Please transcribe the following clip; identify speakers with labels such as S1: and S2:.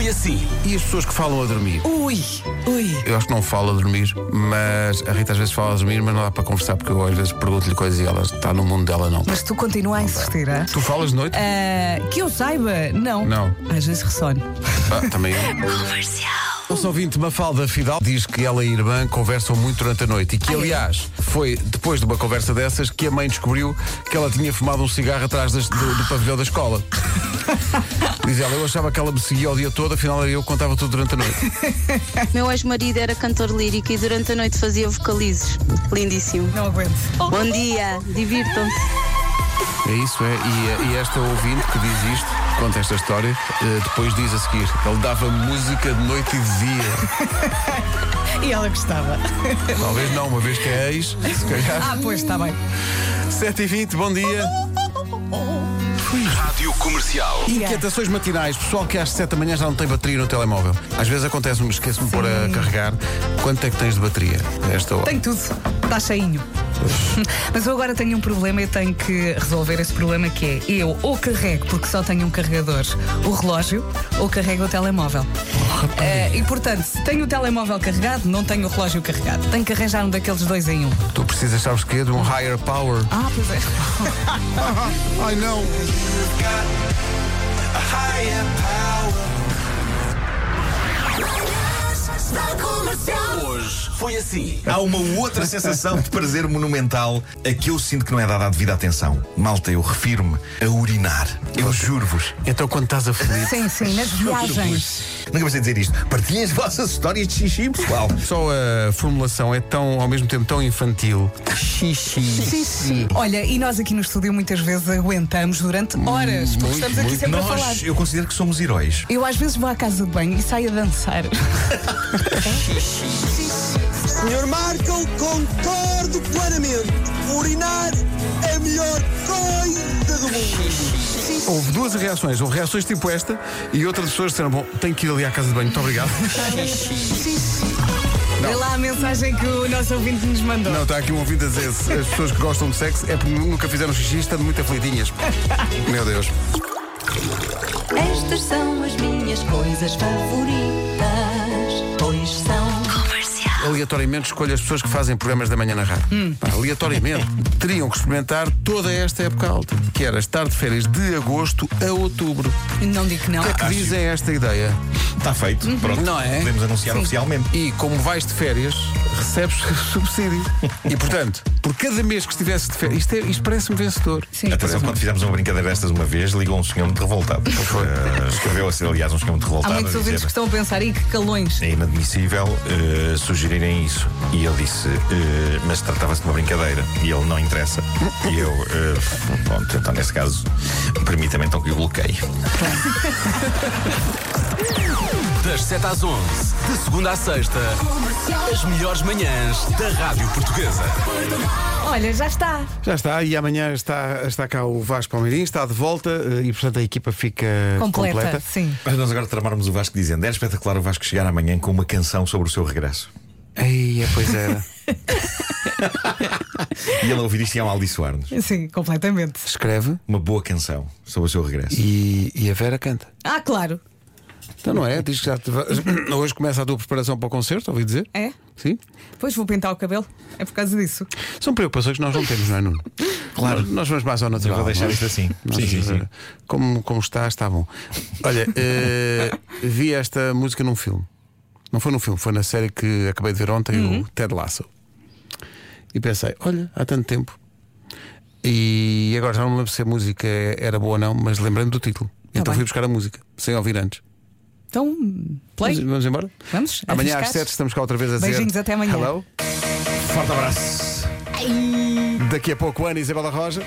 S1: E assim,
S2: E as pessoas que falam a dormir?
S3: Ui, ui.
S2: Eu acho que não falo a dormir, mas a Rita às vezes fala a dormir, mas não dá para conversar porque eu às vezes pergunto-lhe coisas e ela está no mundo dela, não.
S3: Mas tu continua a insistir, hã?
S2: Tu falas de noite?
S3: Ah, que eu saiba, não.
S2: Não.
S3: Às vezes ressono.
S2: Ah, também eu. O nosso ouvinte Mafalda Fidal diz que ela e a irmã conversam muito durante a noite e que, aliás, foi depois de uma conversa dessas que a mãe descobriu que ela tinha fumado um cigarro atrás das- do, do pavilhão da escola. Diz ela, eu achava que ela me seguia o dia todo, afinal era eu que contava tudo durante a noite.
S4: Meu ex-marido era cantor lírico e durante a noite fazia vocalizes. Lindíssimo.
S3: Não aguento.
S4: Bom dia, divirtam-se.
S2: É isso, é. E, e esta ouvinte que diz isto, conta esta história, eh, depois diz a seguir: ele dava música de noite e de dia.
S3: E ela gostava.
S2: Talvez não, uma vez que é ex, se calhar.
S3: Ah, pois, está bem.
S2: 7h20, bom dia.
S1: Rádio Comercial.
S2: Inquietações matinais, pessoal que às 7 da manhã já não tem bateria no telemóvel. Às vezes acontece-me, esqueço-me de pôr a carregar. Quanto é que tens de bateria a esta hora?
S3: Tenho tudo. Está cheinho. Mas eu agora tenho um problema e tenho que resolver esse problema que é eu ou carrego, porque só tenho um carregador, o relógio, ou carrego o telemóvel. Eh, e portanto, se tenho o telemóvel carregado, não tenho o relógio carregado. Tenho que arranjar um daqueles dois em um.
S2: Tu precisas, sabes quê? De um higher power.
S3: Ah, pois é.
S2: Ai não!
S1: Hoje foi assim.
S5: Há uma outra sensação de prazer monumental a que eu sinto que não é dada a devida atenção. Malta, eu refiro-me a urinar. Eu juro-vos.
S2: Então quando estás aflito.
S3: Sim, sim, nas viagens.
S5: Nunca pensei dizer isto. Partilhem as vossas histórias de xixi, pessoal.
S2: Só a formulação é tão, ao mesmo tempo, tão infantil. Xixi. Xixi.
S3: Olha, e nós aqui no estúdio muitas vezes aguentamos durante horas, porque
S2: Hum, muito,
S3: estamos aqui
S2: muito.
S3: sempre a falar.
S5: Nós, eu considero que somos heróis.
S3: Eu às vezes vou à casa de banho e saio a dançar.
S6: Senhor Marco, concordo plenamente. Urinar é a melhor coisa do mundo.
S2: Houve duas reações. Houve reações tipo esta e outras pessoas disseram: Bom, tenho que ir ali à casa de banho, muito obrigado.
S3: Vê lá a mensagem que o nosso ouvinte nos mandou.
S2: Não, está aqui um ouvido a dizer: se As pessoas que gostam de sexo é porque nunca fizeram xixi, estão muito aflitinhas. Meu Deus.
S7: Estas são as minhas coisas favoritas, pois são.
S2: aleatoriamente escolho as pessoas que fazem programas da manhã na rádio. Pá, aleatoriamente. Teriam que experimentar toda esta época alta, que era estar de férias de agosto a outubro.
S3: Não digo que não.
S2: O que é que
S5: acho.
S2: dizem a esta ideia?
S5: Está Tá feito.
S3: Uhum.
S5: Pronto.
S2: Não é?
S5: Podemos anunciar oficialmente.
S2: E como vais de férias, recebes subsídio. E portanto, por cada mês que estivesse de férias, isto, é, isto parece-me vencedor.
S3: Sim.
S5: Atenção, quando fizemos uma brincadeira destas uma vez, ligou um senhor muito revoltado. Eh, Escreveu, assim, aliás, um senhor muito
S3: Há
S5: revoltado.
S3: muitos
S5: a dizer,
S3: ouvintes que estão a pensar, e que calões.
S5: É inadmissível eh, sugerirem isso. E ele disse, eh, mas tratava-se de uma brincadeira. E ele não interessa. E eu, eh, pronto, então nesse caso, permita-me então que eu bloqueie.
S1: Das 7 às 11, de segunda à sexta, as melhores manhãs da Rádio Portuguesa.
S3: Olha, já está.
S2: Já está, e amanhã está, está cá o Vasco Palmeirinho, está de volta eh, e portanto a equipa fica
S3: Completa,
S2: completa.
S3: sim.
S5: Mas nós agora tramarmos o Vasco dizendo, era espetacular o Vasco chegar amanhã com uma canção sobre o seu regresso.
S2: Ei, é, pois era.
S5: E ele a ouvir isto e é a amaldiçoar-nos.
S3: Sim, completamente.
S2: Escreve
S5: Uma boa canção sobre o seu regresso.
S2: e, e a Vera canta.
S3: Ah, claro.
S2: Então não é? Diz que já te va- hoje começa a tua preparação para o concerto, ouvi dizer?
S3: É?
S2: Sim.
S3: Depois vou pintar o cabelo. É por causa disso.
S2: São preocupações que nós não temos, não é, Nuno? Claro. Nós, nós vamos mais ao natural.
S5: Eu vou deixar
S2: nós-
S5: isto assim.
S2: é? nós-
S5: Sim, sim, sim.
S2: Como, como está, está bom. Olha, eh, vi esta música num filme. Não foi num filme, foi na série que acabei de ver ontem,
S5: Uhum.
S2: o Ted Lasso. E pensei, olha, há tanto tempo. E agora já não me lembro se a música era boa ou não, mas lembrei-me do título.
S5: Tá
S2: então
S3: bem.
S2: fui buscar a música, sem ouvir antes.
S3: Então,
S2: Vamos,
S3: play.
S2: vamos embora?
S3: Vamos,
S5: É
S2: Amanhã às
S3: arriscar.
S2: 7 estamos cá outra vez a dizer.
S3: Beijinhos, até amanhã.
S2: Hello.
S5: Forte abraço!
S2: Daqui a pouco, Ana Isabela Roja.